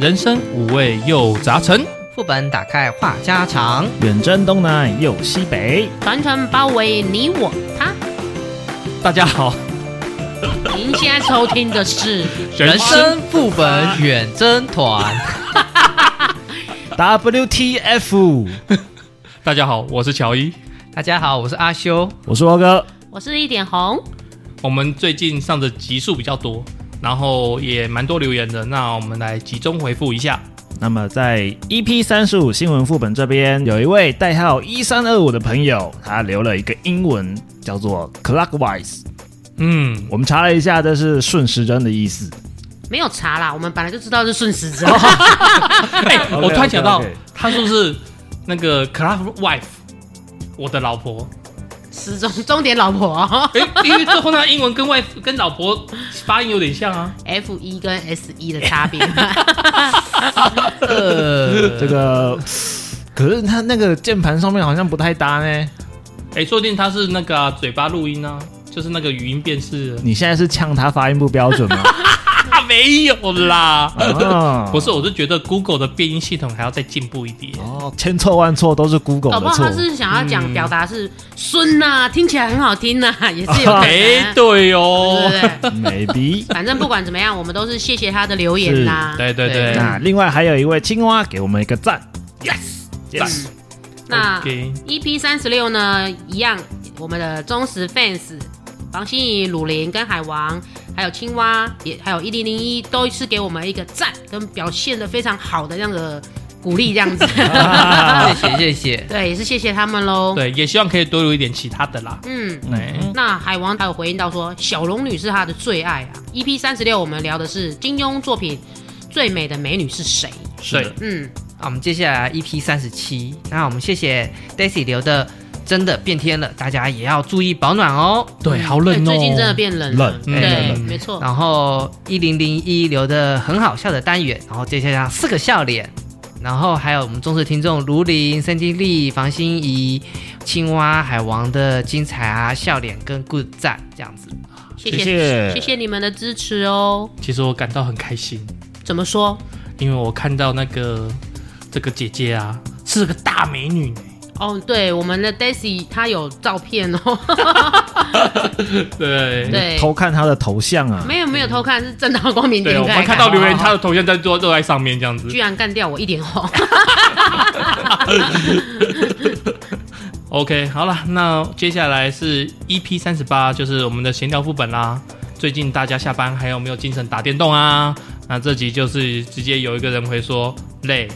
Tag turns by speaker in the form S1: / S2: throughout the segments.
S1: 人生五味又杂陈，
S2: 副本打开话家常，
S3: 远征东南又西北，
S4: 团团包围你我他。
S1: 大家 好，
S4: 您现在收听的是
S2: 人生副本远征团。
S3: WTF！
S1: 大家好，我是乔伊。
S2: 大家好，我是阿修。
S3: 我是罗哥，
S4: 我是一点红，
S1: 我们最近上的集数比较多，然后也蛮多留言的，那我们来集中回复一下。
S3: 那么在 EP 三十五新闻副本这边，有一位代号一三二五的朋友，他留了一个英文叫做 clockwise。
S1: 嗯，
S3: 我们查了一下，这是顺时针的意思。
S4: 没有查啦，我们本来就知道是顺时
S1: 哦
S4: 针。
S1: 哎、
S3: OK，
S1: 我突然想到
S3: OK，OK
S1: 他是不是那个 Club Wife，我的老婆？
S4: 时钟终点老婆哦
S1: 哎、因为最后那英文跟 wife 跟老婆发音有点像啊。
S4: ，F 一跟 S 一的 差别。
S2: 呃，
S3: 这个，可是他那个键盘上面好像不太搭呢。
S1: 哎、说不定他是那个啊、嘴巴录音啊，就是那个语音辨识
S3: 你现在是呛他发音不标准吗？
S1: 啊，没有啦。
S3: 啊
S1: 不是，我是觉得 Google 的变音系统还要再进步一点。
S3: 哦，千错万错都是 Google
S4: 搞不
S3: 的
S4: 好
S3: 错
S4: 他。是想要
S1: 嗯
S4: 讲表达是孙呐、听起来很好 听呐、也是有可能。啊
S1: 哎、对哦，
S4: 对不对？
S3: Maybe。
S4: 反正不管怎么样，我们都是谢谢他的留言呐、
S1: 对对对，
S3: 那另外还有一位青蛙给我们一个赞
S1: 赞
S3: ，yes，yes，
S4: 那
S1: OK
S4: EP 三十六呢，一样，我们的忠实 fans 王心怡、鲁林跟海王，还有青蛙，也还有一零零一，都是给我们一个赞，跟表现的非常好的那个鼓励，这样 子。
S2: 谢谢谢谢。
S4: 对，也是谢谢他们喽。
S1: 对，也希望可以多录一点其他的啦。
S4: 嗯，
S1: 哎、
S4: 那海王还有回应到说，小龙女是他的最爱啊。EP 三十六我们聊的是金庸作品《最美的美女是谁》。
S1: 对，
S4: 嗯，
S2: 那啊我们接下来 EP 三十七，那我们谢谢 Daisy 留的，真的变天了，大家也要注意保暖哦。
S1: 对，好冷哦。
S4: 最近真的变冷了
S3: 冷
S4: 对，
S1: 嗯
S4: 没错。
S2: 然后一零零一留的很好笑的单元，然后接下来四个笑脸，然后还有我们忠实听众卢林、三金丽、房心怡、青蛙、海王的精彩啊笑脸跟 good 赞这样子。
S4: 谢
S3: 谢
S4: 谢
S3: 谢
S4: 谢谢你们的支持哦。
S1: 其实我感到很开心，
S4: 怎么说？
S1: 因为我看到那个这个姐姐啊，是个大美女呢。
S4: 哦，对，我们的 Daisy 她有照片哦，
S1: 对
S4: 对，
S3: 偷看他的头像啊，
S4: 没有没有偷看，是正大光明
S1: 对，
S4: 顶
S1: 我
S4: 开
S1: 们看到啊留言，
S4: 哦
S1: 她的头像在做都在上面这样子
S4: 居。然干掉我一点红，
S1: OK，好了，那接下来是 EP 三十八，就是我们的闲聊副本啦。最近大家下班还有没有精神打电动啊？那这集就是直接有一个人会说 累，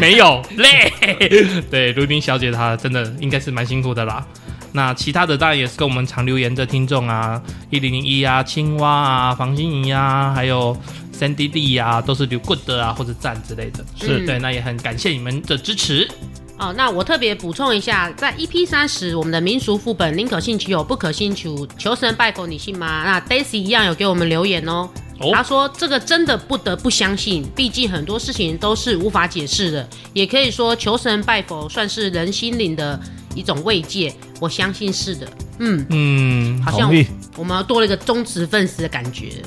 S1: 没有累。 对，卢冰小姐她真的应该是蛮辛苦的啦。那其他的当然也是跟我们常留言的听众啊，一零零一啊、青蛙啊、房心怡啊，还有 Sandy D 啊，都是留 good 的啊或者赞之类的。
S4: 是
S1: 对，那也很感谢你们的支持。
S4: 哦，那我特别补充一下，在 EP 三十，我们的民俗副本宁可信其有，不可信其无，求神拜佛你信吗？那 Daisy 一样有给我们留言哦。
S1: 哦
S4: 他说：“这个真的不得不相信，毕竟很多事情都是无法解释的。也可以说，求神拜佛算是人心灵的一种慰藉。我相信是的，嗯，
S1: 嗯，
S4: 好像
S3: 同意。
S4: 我们多了一个忠实粉丝的感觉。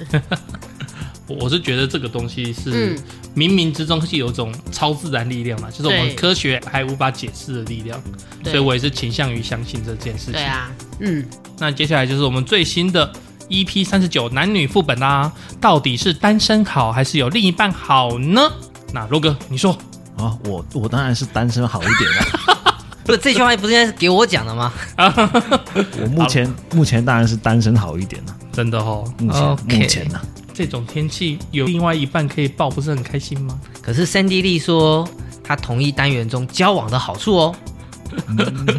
S1: 我我是觉得这个东西是
S4: 嗯
S1: 冥冥之中是有一种超自然力量嘛，就是我
S4: 对
S1: 们科学还无法解释的力量，
S4: 对
S1: 所以我也是倾向于相信这件事
S4: 对
S1: 情。
S4: 啊，嗯，
S1: 那接下来就是我们最新的 EP 三十九男女副本啦，到底是单身好还是有另一半好呢？那罗哥，你说
S3: 啊，我我当然是单身好一点啊，
S2: 不，这句话不是应该是给我讲的吗？
S3: 我目前目前当然是单身好一点啊，
S1: 真的哦，
S3: 目前
S2: OK
S3: 目前啊，
S1: 这种天气有另外一半可以抱，不是很开心吗？
S2: 可是三 D 丽说她同意单元中交往的好处哦。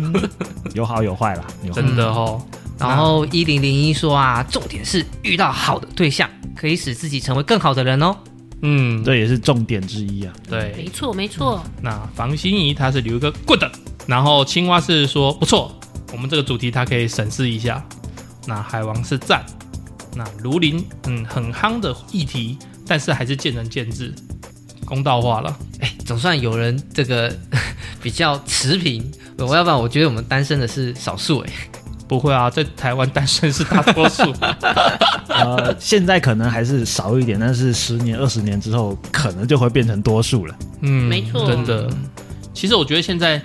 S3: 有好有坏啦，有好
S1: 真的哦，
S2: 然后一零零一说啊，重点是遇到好的对象，可以使自己成为更好的人哦。
S1: 嗯，
S3: 这也是重点之一啊。
S1: 对，嗯
S4: 没错没错，
S1: 那房心怡她是留一个 good，然后青蛙是说不错，我们这个主题它可以审视一下。那海王是赞，那卢林嗯很夯的议题，但是还是见仁见智，公道话了。
S2: 哎，总算有人 这个比较持平，我要不然我觉得我们单身的是少数哎。
S1: 不会啊，在台湾单身是大多 数。
S3: 呃，现在可能还是少一点，但是十年、二十年之后，可能就会变成多数了。
S1: 嗯，
S4: 没错
S1: 真的。其实我觉得现在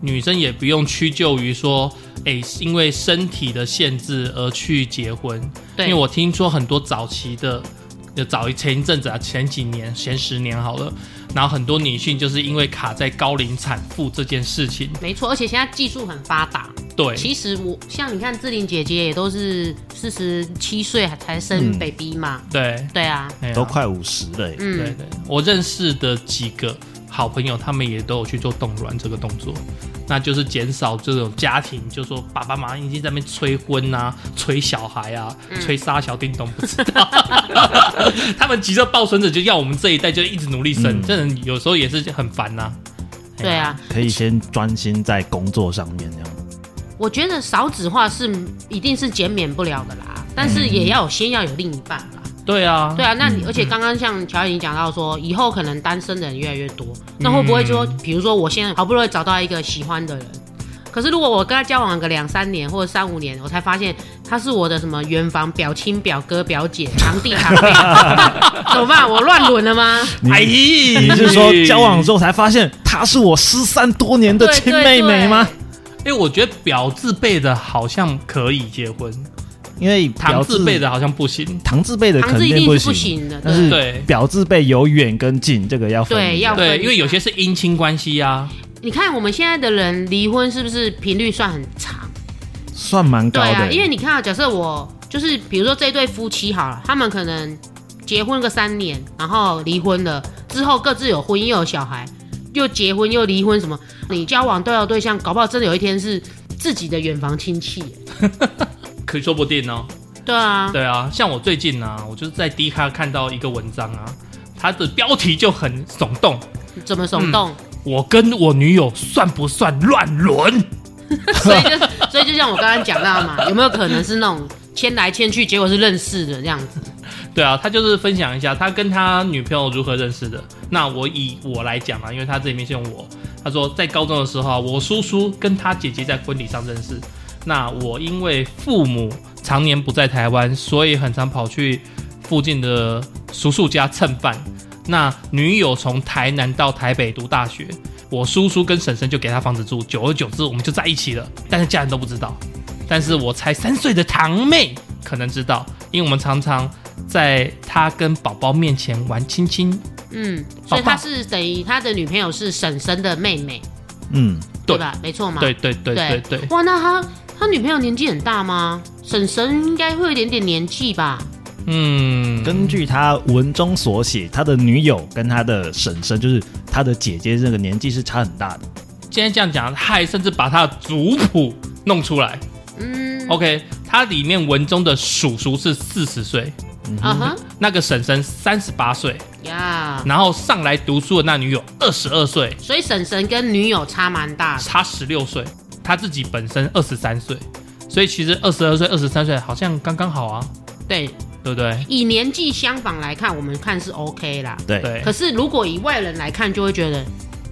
S1: 女生也不用屈就于说，哎、因为身体的限制而去结婚。因
S4: 对，
S1: 为我听说很多早期的，就早前一阵子啊，前几年、前十年好了，然后很多女性就是因为卡在高龄产妇这件事情，
S4: 没错，而且现在技术很发达。
S1: 对，
S4: 其实我像你看志玲姐姐也都是四十七岁才
S3: 嗯
S4: 生 baby 嘛，
S1: 对，
S4: 对啊，
S1: 哎呀
S3: 都快五十了耶，
S1: 对
S4: 嗯，
S1: 对，我认识的几个好朋友，他们也都有去做冻卵这个动作，那就是减少这种家庭，就说爸爸妈妈已经在那边催婚啊、催小孩啊、催杀小叮咚，不知道，他们急着抱孙子，就要我们这一代就一直努力生，
S3: 嗯
S1: 这人有时候也是很烦呐、哎
S4: 对啊，
S3: 可以先专心在工作上面这样。
S4: 我觉得少子化是一定是减免不了的啦，但是也要有先要有另一半啦。
S1: 对啊，
S4: 对啊，那
S3: 嗯
S4: 你而且刚刚像乔已经讲到说，以后可能单身的人越来越多，
S3: 嗯
S4: 那会不会说，比如说我现在好不容易找到一个喜欢的人，可是如果我跟他交往个两三年或者三五年，我才发现他是我的什么远房表亲、表哥、表姐、堂弟、堂 妹，那怎么办？我乱伦了吗？
S3: 你
S1: 哎，你
S3: 你是 说交往之后才发现她是我失散多年的
S4: 对
S3: 亲妹妹吗？？
S1: 哎、我觉得表字辈的好像可以结婚，
S3: 因为
S1: 堂
S3: 表
S1: 字辈的好像不行。
S3: 堂字辈的
S4: 对对堂
S3: 肯
S4: 子一
S3: 定
S4: 定是不
S3: 行，
S4: 行的，
S3: 但是
S4: 对。
S1: 对
S3: 表字辈有远跟近，这个要分
S4: 对
S3: 离
S4: 要
S3: 的
S1: 对，因为有些是姻亲关系啊，
S4: 你看我们现在的人离婚是不是频率算很长？
S3: 算蛮高
S4: 对啊，
S3: 的，
S4: 因为你看啊，假设我就是比如说这对夫妻好了，他们可能结婚个三年，然后离婚了，之后各自有婚姻又有小孩，又结婚又离婚什么，你交往都有对象，搞不好真的有一天是自己的远房亲戚耶。
S1: 可说不定哦。
S4: 对啊，
S1: 对啊，像我最近啊，我就是在 D 咖看到一个文章啊，它的标题就很耸动，
S4: 怎么耸动？
S1: 我跟我女友算不算乱伦？
S4: 所以就 所以就像我刚刚讲到嘛，有没有可能是那种牵来牵去，结果是认识的这样子？
S1: 对啊，他就是分享一下他跟他女朋友如何认识的。那我以我来讲啊，因为他这里面是用我。他说在高中的时候啊，我叔叔跟他姐姐在婚礼上认识。那我因为父母常年不在台湾，所以很常跑去附近的叔叔家蹭饭。那女友从台南到台北读大学，我叔叔跟婶婶就给他房子住，久而久之我们就在一起了，但是家人都不知道。但是我才三岁的堂妹可能知道，因为我们常常在他跟宝宝面前玩亲亲，
S4: 嗯，所以他是等于他的女朋友是婶婶的妹妹，
S3: 嗯，
S1: 对
S4: 对吧？没错嘛。
S1: 对对对对
S4: 对
S1: 对，
S4: 哇，那他他女朋友年纪很大吗？婶婶应该会有一点点年纪吧？
S1: 嗯，
S3: 根据他文中所写，他的女友跟他的婶婶，就是他的姐姐，这个年纪是差很大的。
S1: 今天这样讲，他还甚至把他的族谱弄出来。
S4: 嗯，
S1: OK，他里面文中的叔叔是四十岁，
S4: 啊哈
S1: 那个婶婶三十八岁，
S4: 呀，
S1: 然后上来读书的那女友二十二岁，
S4: 所以婶婶跟女友差蛮大的。
S1: 差十六岁，他自己本身二十三岁，所以其实二十二岁、二十三岁好像刚刚好啊，
S4: 对，
S1: 对不对？
S4: 以年纪相仿来看，我们看是 OK 啦。
S3: 对，
S1: 对
S4: 可，是如果以外人来看，就会觉得，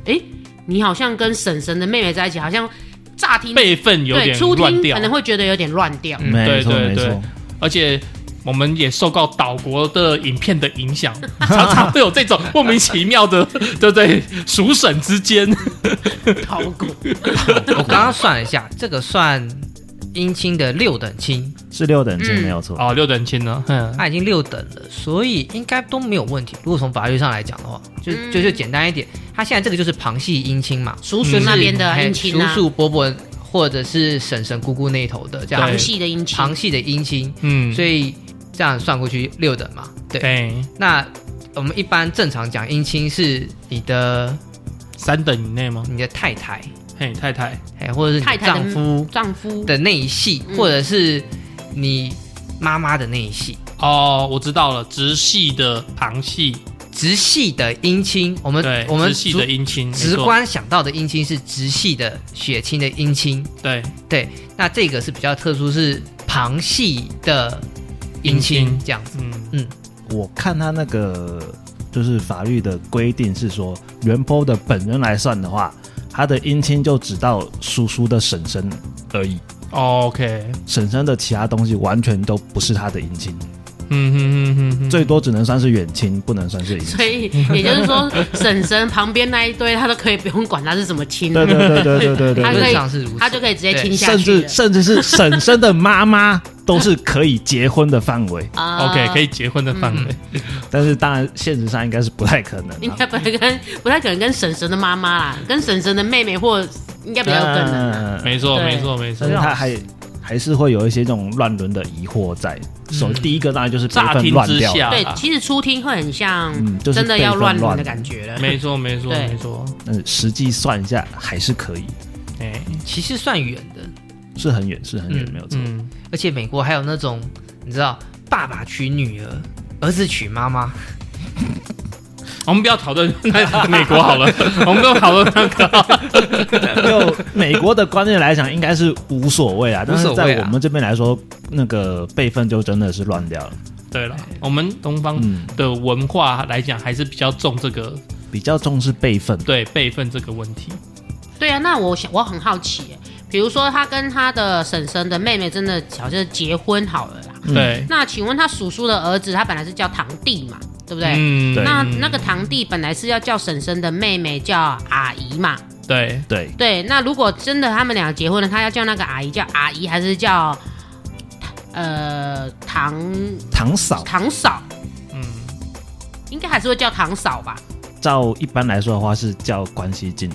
S4: 诶，你好像跟婶婶的妹妹在一起，好像乍听
S1: 辈分有
S4: 对
S1: 点
S4: 初
S1: 乱
S4: 听
S1: 掉
S4: 可，能会觉得有点乱掉。
S1: 嗯
S3: 没错
S1: 对对
S3: 没
S1: 对
S3: 错，
S1: 而且我们也受到岛国的影片的影响，常常会有这种莫名其妙的， 对不对？属省之间，嗯
S4: 好狗，
S2: 我刚刚算了一下，这个算姻亲的六等亲，
S3: 是六等亲
S4: 嗯
S3: 没有错。
S1: 哦，六等亲呢？嗯，
S2: 他已经六等了，所以应该都没有问题。如果从法律上来讲的话，就
S4: 嗯
S2: 就就简单一点，他现在这个就是旁系姻亲嘛，
S4: 叔叔那边的
S1: 嗯
S4: 姻亲啊
S2: 叔，叔伯伯或者是婶婶姑姑那一头的这样
S4: 旁
S1: 对
S4: 系的姻
S2: 旁
S4: 亲，
S2: 系的姻亲，
S1: 嗯，
S2: 所以这样算过去六等嘛。对，
S1: 对，
S2: 那我们一般正常讲姻亲是你的
S1: 三等以内吗？
S2: 你的太太，
S1: 嘿，太太，
S2: 哎，或者是你
S4: 太太的
S2: 丈夫
S4: 丈夫
S2: 的那一系，
S4: 嗯
S2: 或者是你妈妈的那一系。
S1: 哦，我知道了，直系的旁系，
S2: 直系的姻亲，我们
S1: 对，
S2: 我们
S1: 直系
S2: 族
S1: 的姻亲，没错
S2: 直，观想到的姻亲是直系的血亲的姻亲，
S1: 对，
S2: 对，那这个是比较特殊，是旁系的姻
S1: 姻
S2: 亲
S1: 亲
S2: 这样子。
S1: 嗯，
S3: 我看他那个就是法律的规定是说，原坡的本人来算的话，他的姻亲就只到叔叔的婶婶而已。
S1: 哦 OK，
S3: 婶婶的其他东西完全都不是他的引擎，
S1: 嗯哼哼哼哼，
S3: 最多只能算是远亲，不能算是引擎。
S4: 所以也就是说，婶婶旁边那一堆，他都可以不用管他是什么亲，
S3: 对对对对对对
S4: 他
S2: 理
S3: 对
S4: 可以
S2: 论上是如此，
S4: 他就可以直接亲下
S3: 甚
S4: 去
S3: 至
S4: 了。
S3: 甚至是婶婶的妈妈都是可以结婚的范围，
S4: 啊
S1: OK 可以结婚的范围，
S3: 但是当然现实上应该是不太可能、
S4: 应
S3: 啊。
S4: 该不太跟不太可能跟婶婶的妈妈啦，跟婶婶的妹妹或应该比较有可能啊。
S3: 嗯
S1: 没错
S4: 对
S1: 没错没错
S3: 但是。他还还是会有一些这种乱伦的疑惑在。首、第一个当然就是辈
S1: 乍
S3: 分
S1: 听
S3: 乱
S1: 之
S3: 掉，
S1: 下
S4: 对
S1: 啦，，
S4: 其实初听会很像
S3: 嗯就是
S4: 真的
S3: 辈
S4: 要
S3: 分
S4: 乱伦
S3: 乱
S4: 的感觉了。
S1: 没错没错
S4: 对
S1: 没错，
S3: 但是实际算一下还是可以，
S1: 哎，
S2: 其实算远的，
S3: 是很远，是很远，没有错。
S1: 嗯，
S2: 而且美国还有那种你知道，爸爸娶女儿，儿子娶妈妈，
S1: 我们不要讨论美国好 了，我们不要讨论那个。
S3: 就美国的观念来讲，应该是无所谓啊，但是
S2: 无所谓
S3: 在
S2: 啊
S3: 我们这边来说，那个辈分就真的是乱掉了。
S1: 对了，我们东方
S3: 嗯，
S1: 的文化来讲，还是比较重这个
S3: 比较重视辈分。
S1: 对辈分这个问题。
S4: 对啊，那我想我很好奇耶，比如说他跟他的婶婶的妹妹真的好像结婚好了啦，
S3: 嗯
S1: 对，
S4: 那请问他叔叔的儿子，他本来是叫堂弟嘛，对不对？
S1: 嗯
S3: 对
S4: 那那个堂弟本来是要叫婶婶的妹妹叫阿姨嘛，
S1: 对
S3: 对，
S4: 对。那如果真的他们俩结婚了，他要叫那个阿姨叫阿姨，还是叫呃堂
S3: 堂嫂
S4: 堂嫂？
S1: 嗯，
S4: 应该还是会叫堂嫂吧？
S3: 照一般来说的话是叫关系近，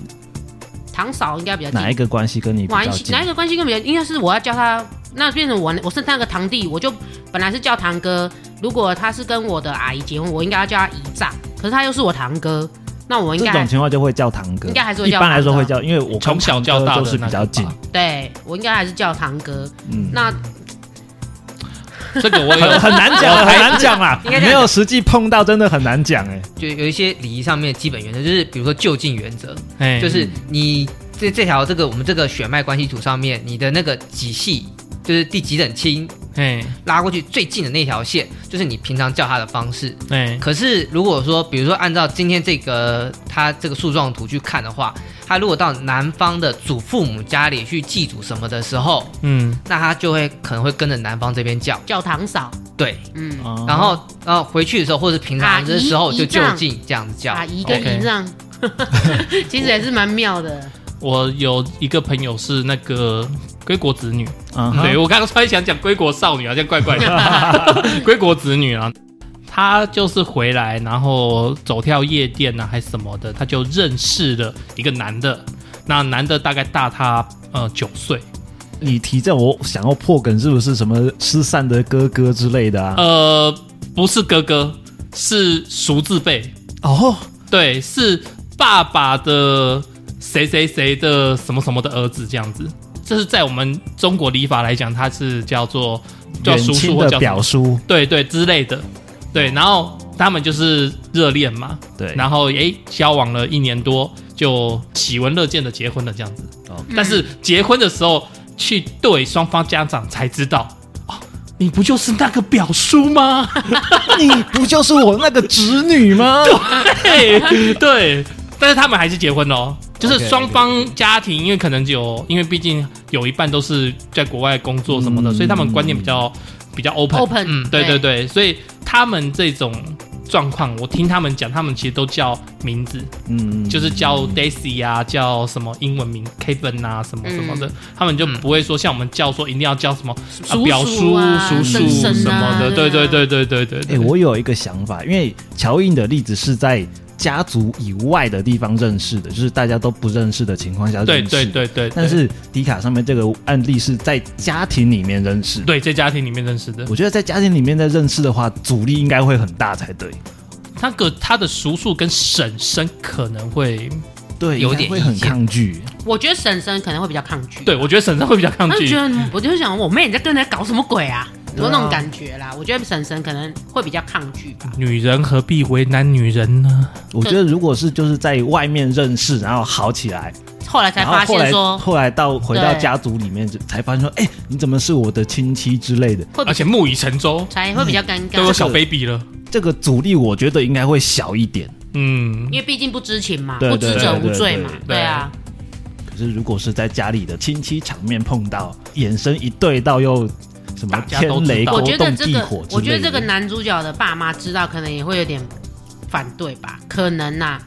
S4: 堂嫂应该比较近
S3: 哪一个关系跟你比较
S4: 关系
S3: 近
S4: 哪？一个关系跟比较？应该是我要叫他，那变成我我是那个堂弟，我就本来是叫堂哥。如果他是跟我的阿姨结婚，我应该要叫他姨丈，可是他又是我堂哥，那我应
S3: 这
S4: 该
S3: 种情况就会叫堂哥，
S4: 应该还是会
S3: 一
S4: 叫
S3: 般来说
S4: 堂哥
S3: 会叫，因为我跟
S1: 从小叫
S3: 堂
S1: 大
S3: 哥
S1: 的
S3: 都是比较近
S1: 那，
S4: 对我应该还是叫堂哥。
S3: 嗯，
S4: 那
S1: 这个我 有
S3: 很很难 讲啊，很难讲啦，
S2: 应该这
S3: 没
S2: 样
S3: 有实际碰到，真的很难讲哎。
S2: 就有一些礼仪上面的基本原则，就是比如说就近原则，
S1: 哎，
S2: 就是你这这条这个我们这个血脉关系图上面，你的那个几系就是第几等亲
S1: 哎
S2: 拉过去最近的那条线，就是你平常叫他的方式。
S1: 哎
S2: 可是如果说，比如说按照今天这个他这个树状图去看的话，他如果到男方的祖父母家里去祭祖什么的时候，
S1: 嗯
S2: 那他就会可能会跟着男方这边叫，
S4: 叫堂嫂，
S2: 对，
S4: 嗯，
S3: 哦
S2: 然后然后回去的时候或者平常的时候
S4: 阿姨
S2: 就就
S4: 姨丈
S2: 近这样子叫
S4: 阿，姨跟
S1: OK
S4: 姨丈， 其实也是蛮妙的。
S1: 我有一个朋友是那个归国子女，
S3: 嗯
S1: 对
S3: 哼，
S1: 我刚刚突然想讲归国少女，好像怪怪的， 归国子女啊。她就是回来，然后走跳夜店啊，还是什么的，她就认识了一个男的。那男的大概大她呃九岁，
S3: 你提这我想要破梗，是不是什么失散的哥哥之类的啊？
S1: 呃，不是哥哥，是叔字辈，
S3: 哦，
S1: 对，是爸爸的谁谁谁的什么什么的儿子这样子。这是在我们中国礼法来讲，它是叫做叫
S3: 远
S1: 叔
S3: 亲
S1: 叔或
S3: 的
S1: 叫什么
S3: 表叔，
S1: 对对之类的，对，然后他们就是热恋嘛，
S3: 对，
S1: 然后诶交往了一年多，就喜闻乐见的结婚了这样子。
S3: 哦
S1: 但是结婚的时候去对双方家长才知道，哦，你不就是那个表叔吗？
S3: 你不就是我那个侄女 吗？
S1: 嘿哎对，但是他们还是结婚喽。就是
S3: OK，OK
S1: 双方家庭，因为可能有，因为毕竟有一半都是在国外工作什么的，
S3: 嗯
S1: 所以他们观念比较比较 open。
S4: Open，
S2: 嗯
S1: 对对，对，所以他们这种状况，我听他们讲，他们其实都叫名字，
S3: 嗯，
S1: 就是叫 Daisy 啊，叫什么英文名 Kevin 啊，什么什么的，他们就
S2: 嗯
S1: 不会说像我们叫说一定要叫什么、啊
S4: 叔
S1: 表
S4: 叔
S1: 叔、
S4: 啊
S1: 叔叔
S4: 婶婶啊
S1: 什么的，对对
S4: 对啊
S1: 对对对对
S3: 哎、
S1: 对。
S3: 我有一个想法，因为乔印的例子是在家族以外的地方认识的，就是大家都不认识的情况下认
S1: 对
S3: 识。
S1: 对对对，
S3: 但是迪卡上面这个案例是在家庭里面认识。，
S1: 对在家庭里面认识
S4: 嗯
S1: 的，
S3: 我觉得在家庭里面再认识的话，阻力应该会很大才对。
S1: 那个他的叔叔跟婶婶可能会，
S3: 对，
S2: 有
S3: 应该
S2: 点
S3: 会
S2: 意
S3: 很
S2: 见
S3: 抗拒。
S4: 我觉得婶婶可能会比较抗拒。
S1: 对我觉得婶婶会比较抗
S4: 他就觉
S1: 拒。
S4: 得，嗯我就想，我妹你在跟人家搞什么鬼啊？
S3: 对啊
S4: 有那种感觉啦。我觉得婶婶可能会比较抗拒
S3: 嗯
S4: 吧。
S1: 女人何必为难女人呢？
S3: 我觉得如果是就是在外面认识，然后好起来，
S4: 后来才
S3: 然后
S4: 发
S3: 后
S4: 现
S3: 来
S4: 说，
S3: 后来到回到
S4: 对
S3: 家族里面就才发现说，哎、你怎么是我的亲戚之类的，
S4: 会比
S1: 而且木已成舟，
S4: 才会比较
S3: 嗯
S4: 尴
S1: 都有
S4: 尬，
S1: 小 baby 了。
S3: 这个阻力我觉得应该会小一点。
S1: 嗯
S4: 因，为毕竟不知情嘛，
S3: 对
S4: 不知
S3: 对
S4: 者
S3: 对
S4: 无罪
S3: 对
S4: 嘛
S1: 对，
S4: 对啊。
S3: 可就是如果是在家里的亲戚场面碰到，眼神一对到又什么
S1: 大家
S3: 天
S1: 都知道
S3: 雷
S4: 我
S3: 勾
S4: 觉得
S3: 动
S4: 这
S3: 地
S4: 个
S3: 火，之
S4: 我觉得
S3: 类
S4: 这个
S3: 的
S4: 男主角的爸妈知道，可能也会有点反对吧，可能呐、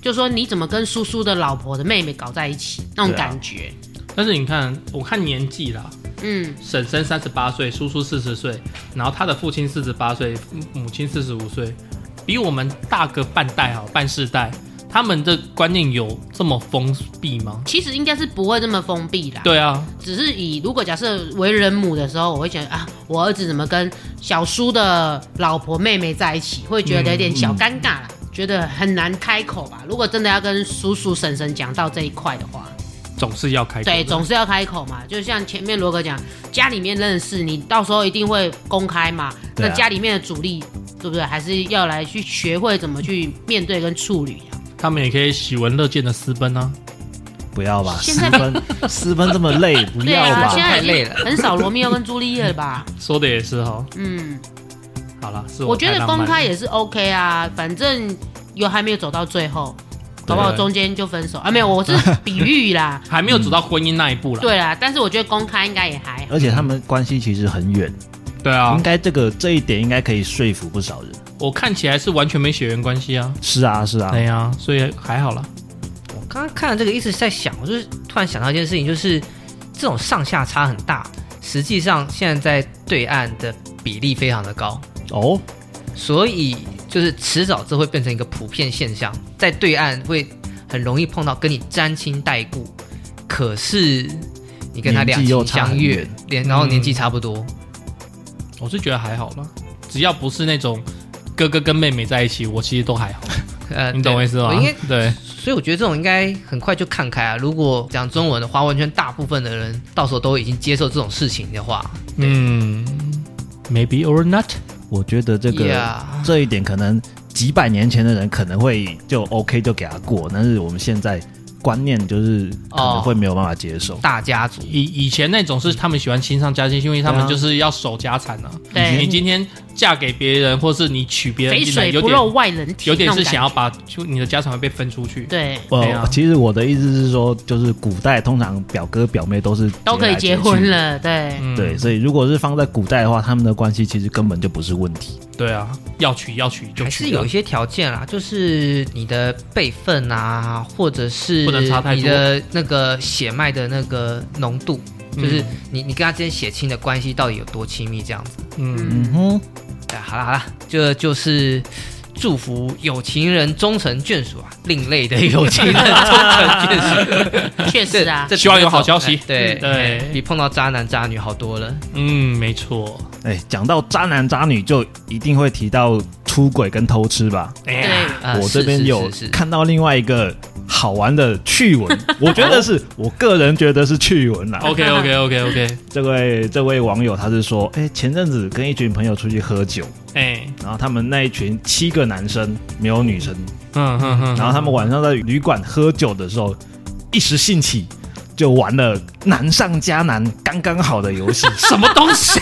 S4: 就说你怎么跟叔叔的老婆的妹妹搞在一起那种
S3: 对啊
S4: 感觉，
S1: 但是你看，我看年纪啦，
S4: 嗯，
S1: 婶婶三十八岁，叔叔四十岁，然后他的父亲四十八岁，母母亲四十五岁，比我们大个半代哈，半世代。他们的观念有这么封闭吗？
S4: 其实应该是不会这么封闭啦。
S1: 对啊，
S4: 只是以如果假设为人母的时候，我会觉得啊，我儿子怎么跟小叔的老婆妹妹在一起，会觉得有点小尴尬啦，觉得很难开口吧。如果真的要跟叔叔婶婶讲到这一块的话，
S1: 总是要开口的
S4: 对，总是要开口嘛。就像前面罗哥讲，家里面认识你，到时候一定会公开嘛。
S3: 对
S4: 那
S3: 啊
S4: 家里面的阻力，对不对？还是要来去学会怎么去面对跟处理啊。
S1: 他们也可以喜闻乐见的私奔啊。
S3: 不要吧，
S4: 现
S3: 私
S4: 在
S3: 奔私奔这么累， 不
S4: 对
S3: 要
S4: 啊，
S3: 吧
S4: 现。在已
S2: 太累
S4: 经
S2: 了
S4: 很少罗密欧跟朱丽叶了吧？
S1: 说的也是哈，
S4: 嗯。
S1: 好啦，是
S4: 我觉
S1: 太
S4: 得
S1: 浪漫
S4: 公
S1: 了
S4: 开也是 OK 啊，反正有还没有走到最后，
S1: 啊
S4: 搞不好中间就分手啊？没
S1: ，
S4: 有，我是比喻啦
S1: 还没有走到婚姻那一步啦。
S4: 嗯对啦。但是我觉得公开应该也还好，
S3: 而且他们关系其实很远，
S1: 对啊
S2: 嗯
S3: 应，该这个这一点应该可以说服不少人。
S1: 我看起来是完全没血缘关系啊。
S3: 是啊，是啊，
S1: 对啊，所以还好啦。
S2: 我刚刚看了这个，一直在想，我就是突然想到一件事情，就是这种上下差很大。实际上，现在在对岸的比例非常的高，
S3: 哦，
S2: 所以就是迟早这会变成一个普遍现象，在对岸会很容易碰到跟你沾亲带故，可是你跟他两
S3: 年纪又
S2: 情
S3: 差很
S2: 相悦
S3: 远，嗯
S2: 连然后年纪差不多，
S1: 我是觉得还好啦，只要不是那种哥哥跟妹妹在一起，我其实都还好。
S2: 呃，
S1: 你懂我意思吗？
S2: 我应该，
S1: 对，
S2: 所以我觉得这种应该很快就看开啊。如果讲中文的华文圈大部分的人到时候都已经接受这种事情的话，
S1: 嗯，maybe or not，
S3: 我觉得这个
S2: Yeah
S3: 这一点可能几百年前的人可能会就 OK 就给他过，但是我们现在观念就是可能会没有办法接受。
S2: 大家族
S1: 以以前那种是他们喜欢亲上加亲，因为他
S3: 对
S1: 们
S3: 啊
S1: 就是要守家产啊。
S4: 对
S1: 你今天嫁给别人，或是你娶别人
S4: 肥
S1: 进来，
S4: 水
S1: 有
S4: 不
S1: 点
S4: 漏外人田，
S1: 有点是想要
S4: 要
S1: 把就你的家产会被分出去。
S4: 对
S3: 呃、
S1: 对啊
S3: 其实我的意思是说，就是古代通常表哥表妹都是
S4: 都可以哎结
S3: 结来结去
S4: 婚。了，对，
S1: 嗯
S3: 对，所以如果是放在古代的话，他们的关系其实根本就不是问题。
S1: 对啊，要娶要娶就
S2: 还
S1: 娶
S2: 是
S1: 啊，
S2: 有一些条件啦，就是你的辈分啊，或者是
S1: 不能差太多
S2: 你的那个血脉的那个浓度，
S1: 嗯
S2: 就是你你跟他之间血亲的关系到底有多亲密这样子。
S1: 嗯，
S3: 嗯哼，
S2: 对，好了好了，这就是。祝福有情人终成眷属啊！另类的有情人终成眷属，
S1: 嗯
S4: 确实啊，
S1: 希望有好消息
S2: 对
S1: 嗯对
S2: 哎比碰到渣男渣女好多了。
S1: 嗯，没错。
S3: 哎，讲到渣男渣女，就一定会提到出轨跟偷吃吧。
S1: 哎
S4: 对，
S1: 呀，
S2: 呃
S3: 我这
S2: 是
S3: 边
S2: 是
S3: 有
S2: 是是
S3: 看到另外一个好玩的趣闻，我觉得是我个人觉得是趣闻啦。
S1: OK OK OK OK，
S3: 这位这位网友他是说，哎，前阵子跟一群朋友出去喝酒，
S1: 哎，
S3: 然后他们那一群七个男生没有女生，
S1: 嗯嗯嗯，
S3: 然后他们晚上在旅馆喝酒的时候，一时兴起就玩了难上加难刚刚好的游戏。
S1: 什么东西、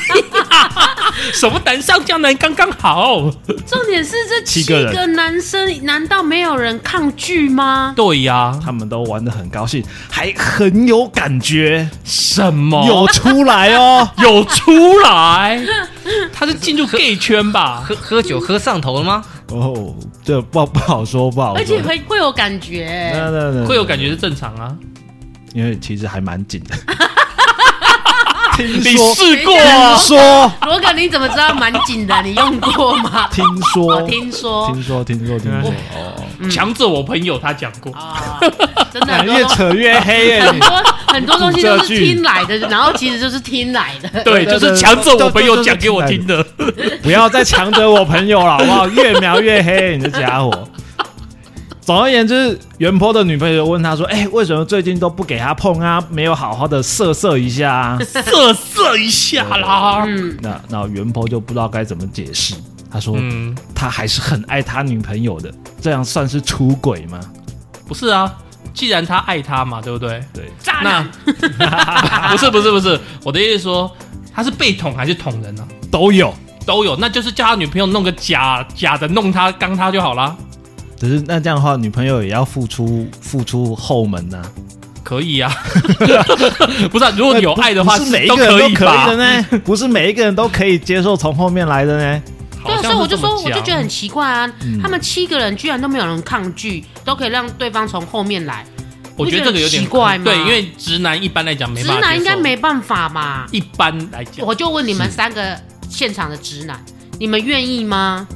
S1: 什么难上江南刚刚好？
S4: 重点是这
S3: 七
S4: 七
S3: 个人
S4: 个男生，难道没有人抗拒吗？
S1: 对呀、
S3: 他们都玩得很高兴，还很有感觉，
S1: 什么
S3: 有出来哦。
S1: 有出来？ 他是进入 gay 圈 吧？
S2: 喝喝酒喝上头了吗？
S3: 哦，这不不好说，不好说。
S4: 而且会会有感觉、
S3: 那那那
S1: 会有感觉是正常啊。
S3: 因为其实还蛮紧的。听
S1: 你
S3: 说，
S1: 试过
S3: 听说，
S4: 罗哥，你怎么知道蛮紧的？你用过 吗？
S3: 听
S4: 我
S1: 哦
S3: 说，
S4: 听说
S3: 听说，听说，听说。哦，
S1: 强者我朋友他讲过，
S4: 啊，真 的很多
S3: 越
S4: 东
S3: 扯越黑耶！
S4: 很多很多东西都
S3: 古
S4: 是
S3: 这句
S4: 听来的，然后其实就是听来 的。
S1: 对，
S3: 对
S1: 就是强者我朋友讲给我听的。
S3: 不要再强着我朋友了，好不好？越描越黑，你这家 伙。总而言之，袁坡的女朋友问他说：“哎、为什么最近都不给他碰啊？没有好好的色色一下 啊
S1: 色色一下啦。
S4: 嗯，？”
S3: 那那袁坡就不知道该怎么解释。他说：“
S1: 嗯，
S3: 他还是很爱他女朋友的，这样算是出轨吗
S1: 不是啊，既然他爱他嘛，对不对？？”
S3: 对，
S4: 渣
S1: 那
S4: 男
S1: 不是不是不是，我的意思是说，他是被捅还是捅人啊呢、
S3: 都有。
S1: 都有，那就是叫他女朋友弄个假假的弄他刚他就好啦。
S3: 只是那这样的话，女朋友也要付出付出后门呐、啊
S1: 可以 啊，不是、啊，如果有爱的话，
S3: 呃不是每一
S1: 都
S3: 个人
S1: 可
S3: 都
S1: 以
S3: 可以
S1: 吧
S3: 的？ 呢，不是每一个人都可以接受从后面来的呢。
S1: 好
S4: 对，啊
S1: 像
S4: 所以我
S1: 是这
S4: 就说，
S1: 么
S4: 我就
S1: 讲
S4: 觉得很奇怪啊，他们七个人居然都没有人抗拒，都可以让对方从后面来。
S1: 我觉得这个有点
S4: 不觉得很奇怪吗
S1: 对，因为直男一般来讲没
S4: 直
S1: 办法
S4: 男
S1: 接
S4: 应该
S1: 受
S4: 没办法吧？
S1: 一般来讲，
S4: 我就问你们三个现场的直男，你们愿意吗？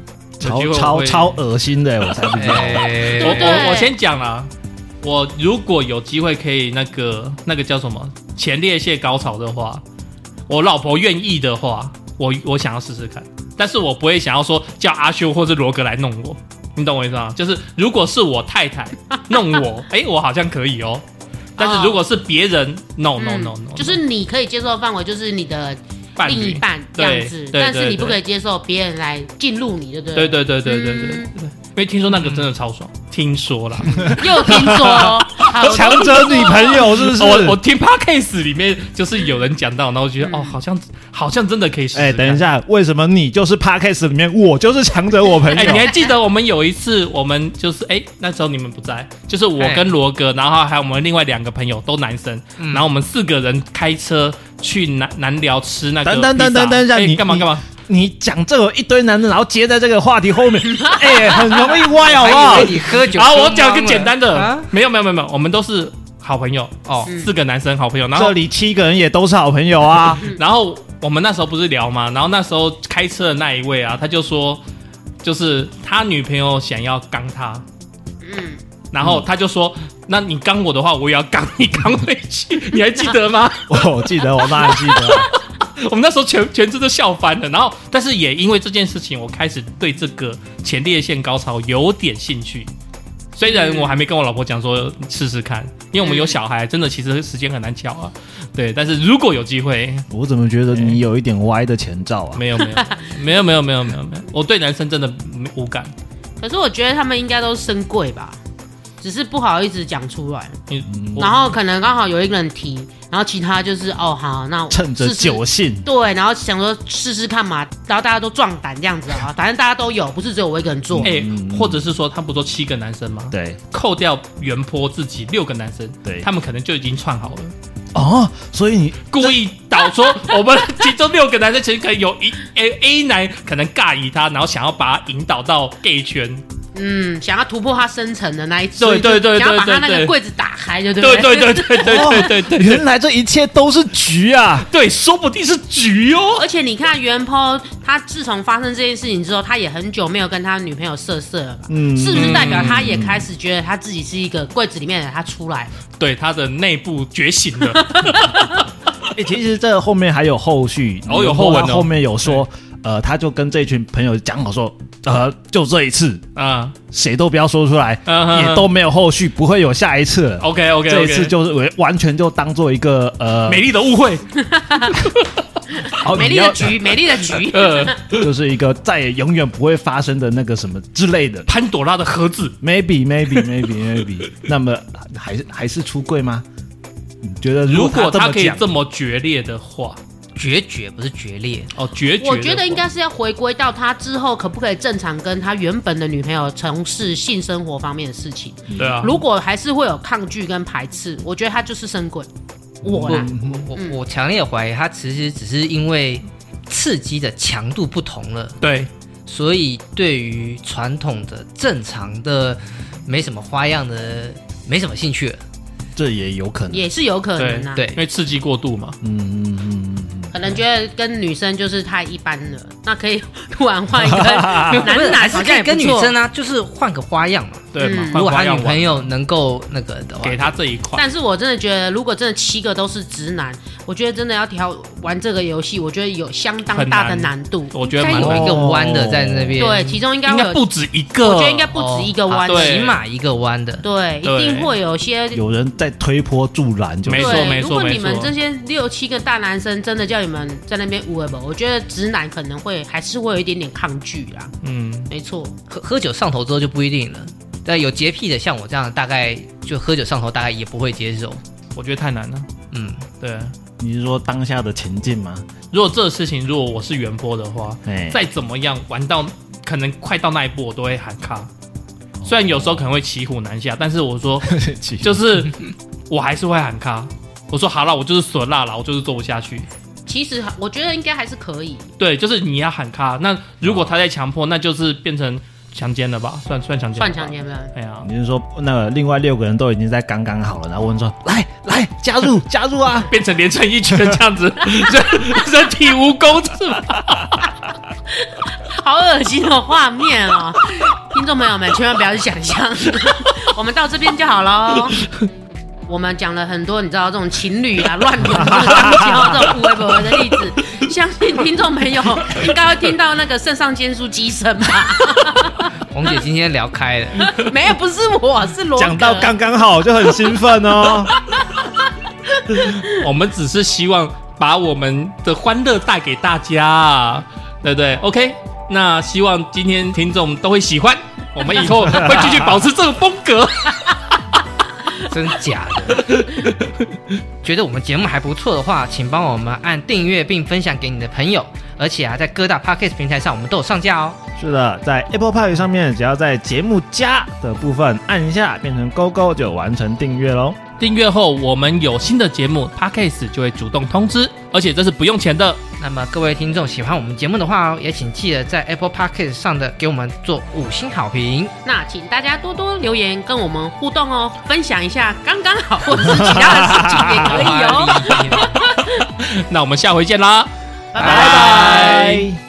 S1: 有
S3: 超
S1: 机会我
S3: 超
S1: 会
S3: 超恶心的，我才不知道。
S2: 哎
S1: 我
S4: 对不对
S1: 我我先讲啦，我如果有机会可以那个那个叫什么前列腺高潮的话，我老婆愿意的话，我我想要试试看，但是我不会想要说叫阿修或是罗格来弄我，你懂我意思吗？就是如果是我太 太弄我，哎、我好像可以哦。但是如果是别人、n o 哦 no no no，
S4: 嗯就是你可以接受的范围，就是你的
S1: 伴
S4: 另一
S1: 侣，
S4: 半这
S1: 对
S4: 样子，
S1: 对
S4: 但是
S1: 对
S4: 你不
S1: 对
S4: 可以接受别人来进入你，对不
S1: 对
S4: 对？
S1: 对对对对对对
S4: 嗯，
S1: 因为听说那个真的超爽，听说啦，
S4: 又听说
S1: 哎
S4: 好
S3: 强者女朋友哦是不是？
S1: 哦我我 听 podcast 里面就是有人讲到，然后我觉得、
S4: 嗯
S1: 哦，好像好像真的可以试试
S3: 哎、
S1: 看。
S3: 等一下，为什么你就是 podcast 里面我就是强者我朋友？
S1: 哎、你还记得我们有一次，我们就是哎、那时候你们不在，就是我
S2: 哎
S1: 跟罗哥，然后还有我们另外两个朋友都男生，
S2: 嗯
S1: 然后我们四个人开车去南南寮吃那个
S3: 等等等等
S1: 披萨
S3: 等一下
S1: 哎
S3: 你
S1: 干嘛
S3: 你
S1: 干嘛？
S3: 你讲这个一堆男人，然后接在这个话题 后面，哎、很容易歪，好不好
S2: 还以？为你喝酒，
S1: 好，啊我讲个简单的，
S2: 啊
S1: 没有没有没有没有，我们都是好朋友哦，
S4: 嗯
S1: 四个男生好朋友，然
S3: 这
S1: 后
S3: 里七个人也都是好朋友啊。
S1: 然后我们那时候不是聊嘛，然后那时候开车的那一位啊，他就说，就是他女朋友想要刚他，
S4: 嗯，
S1: 然后他就说，那你刚我的话，我也要刚你刚回去，你还记得吗？
S3: 我记得，我当然记得。
S1: 我们那时候全全真都笑翻了。然后，但是也因为这件事情，我开始对这个前列腺高潮有点兴趣。虽然我还没跟我老婆讲说试试看，因为我们有小孩，真的其实时间很难巧啊。对，但是如果有机会，
S3: 我怎么觉得你有一点歪的前兆啊？
S1: 没有没有没有没有没有没有没有，我对男生真的没无感。
S4: 可是我觉得他们应该都深贵吧，只是不好意思讲出来。
S1: 你
S3: 嗯
S1: 我
S4: 然后可能刚好有一个人提，然后其他就是哦好，那我
S3: 趁着
S4: 试试
S3: 酒兴，
S4: 对，然后想说试试看嘛，然后大家都壮胆这样子啊，反正大家都有，不是只有我一个人做。
S1: 哎、
S3: 嗯
S1: 或者是说他不说七个男生吗？
S3: 对
S1: 扣掉原坡自己六个男生，
S3: 对
S1: 他们可能就已经串好了，
S3: 哦，所以你
S1: 故意导 说我们其中六个男生其实可能有一 A A 男可能尬以他，然后想要把他引导到 gay 圈，
S4: 嗯，想要突破他深层的那一次，
S1: 对对对
S4: 想要把
S1: 对
S4: 他那
S1: 对
S4: 个柜子打开，对不
S1: 对对对
S4: 对
S1: 对对对对对
S3: 原来这一切都是局啊！
S1: 对，说不定是局哦。
S4: 而且你看袁抛，他自从发生这件事情之后，他也很久没有跟他女朋友色色了吧？
S3: 嗯
S4: 是不是代表他也开始觉得他自己是一个柜子里面的人他出来了？
S1: 对，他的内部觉醒 了，
S3: 欸，其实这后面还有后续，
S1: 哦有后文哦
S3: 后面有说，呃，他就跟这群朋友讲好说，呃，就这一次，
S1: 啊
S3: 谁都不要说出来，
S1: 嗯哼
S3: 也都没有后续，不会有下一次了。
S1: ，OK OK，
S3: 这一次就是完完全就当做一个呃，
S1: 美丽的误会，。
S3: 哦
S4: 美
S3: 你
S4: 丽的
S3: 要
S4: 局，美丽的局
S1: 呃，
S3: 就是一个再也永远不会发生的那个什么之类的。
S1: 潘朵拉的盒子，
S3: Maybe, maybe, maybe, maybe。那么还是还是出柜吗？你觉得
S1: 如果
S3: 果
S1: 他
S3: 他
S1: 可以
S3: 这
S1: 这
S3: 么
S1: 么决裂的话，
S2: 决绝不是决裂，
S1: 哦，决绝的话，
S4: 我觉得应该是要回归到他之后可不可以正常跟他原本的女朋友从事性生活方面的事情。
S1: 对啊，
S4: 如果还是会有抗拒跟排斥，我觉得他就是生鬼。我啦，
S2: 我
S4: 嗯
S2: 我强烈怀疑他其实只是因为刺激的强度不同了，
S1: 对，
S2: 所以对于传统的正常的没什么花样的没什么兴趣了。
S3: 讲这也有可能。
S4: 也是有可能啊。
S2: 对
S1: 因为刺激过度嘛，
S3: 嗯嗯嗯嗯嗯。
S4: 可能觉得跟女生就是太一般了，那可以突然 换一个
S1: 啊
S4: 男
S2: 还
S4: 男，
S2: 是
S4: 好
S2: 可
S4: 像
S2: 以
S4: 也
S2: 跟
S4: 不
S2: 女
S4: 错
S2: 生啊，就是换个花样嘛。
S1: 对嘛
S4: 嗯，
S1: 换
S2: 如果
S1: 花
S2: 他
S1: 样
S2: 女
S1: 玩
S2: 朋友能够那个的话，
S1: 给他这一块，
S4: 但是我真的觉得，如果真的七个都是直男，我觉得真的要挑玩这个游戏，我觉得有相当大的
S1: 很难
S4: 难度。
S1: 我觉得
S2: 应该
S1: 蛮哦难
S2: 有一
S1: 的，
S2: 个弯的在那边，
S4: 对，其中应该
S1: 应
S4: 会
S1: 该
S4: 有，
S1: 不止一个，
S4: 我觉得应该不止一个弯
S1: 哦啊
S2: 起
S1: 对
S2: 码一个弯的。
S4: 对，
S1: 对
S4: 一定会有些。
S3: 有人在推波助澜，就
S1: 没
S3: 是
S1: 错
S4: 对，
S1: 没
S4: 如
S1: 错
S4: 果
S1: 没
S4: 你们
S1: 错
S4: 这些六七个大男生真的叫你们在那边 w e 我觉得直男可能会还是会有一点点抗拒啦。
S1: 嗯，
S4: 没错，
S2: 喝喝酒上头之后就不一定了。但有洁癖的，像我这样，大概就喝酒上头，大概也不会接受。
S1: 我觉得太难了。
S2: 嗯，
S1: 对，
S3: 你是说当下的情境吗？
S1: 如果这个事情如果我是原坡的话，
S3: 哎，
S1: 再怎么样玩到可能快到那一步，我都会 喊卡。虽然有时候可能会骑虎难下，但是我说就是我还是会喊卡。我说好了，我就是损辣了，我就是做不下去。
S4: 其实我觉得应该还是可以，
S1: 对，就是你要喊卡。那如果他在强迫，那就是变成强奸了吧？算算强奸，
S4: 算强。奸了。
S1: 哎呀，
S3: 你是说那个另外六个人都已经在刚刚好了，然后问说来来加入 加入啊？
S1: 变成连成一群这样子， 人人体蜈蚣是吧？
S4: 好恶心的画面 哦！听众朋友们，千万不要去想象。 我们到这边就好喽。我们讲了很多，你知道这种情侣啊、乱伦、乱交这种无为不为的例子，相信听众朋友应该会听到那个肾上腺素激升吧？
S2: 红姐今天聊开了，
S4: 没有，不是我，是罗。
S3: 讲到刚，刚好就很兴奋哦。
S1: 我们只是希望把我们的欢乐带给大家，对不对？OK，那希望今天听众都会喜欢，我们以后会继续保持这个风格。
S2: 真假的？觉得我们节目还不错的话，请帮我们按订阅并分享给你的朋友，而且啊，在各大 podcast 平台上我们都有上架哦。
S3: 是的，在 Apple Pie 上面，只要在节目加的部分按一下，变成勾勾就完成订阅喽。
S1: 订阅后，我们有新的节目 Podcast 就会主动通知，而且这是不用钱的。
S2: 那么各位听众喜欢我们节目的话哦，也请记得在 Apple Podcast 上的给我们做五星好评。
S4: 那请大家多多留言跟我们互动哦，分享一下刚刚好或者是其他的事情 也
S3: 啊
S4: 可以哦。
S1: 那我们下回见啦，
S4: 拜
S1: 拜
S4: 拜。
S1: 拜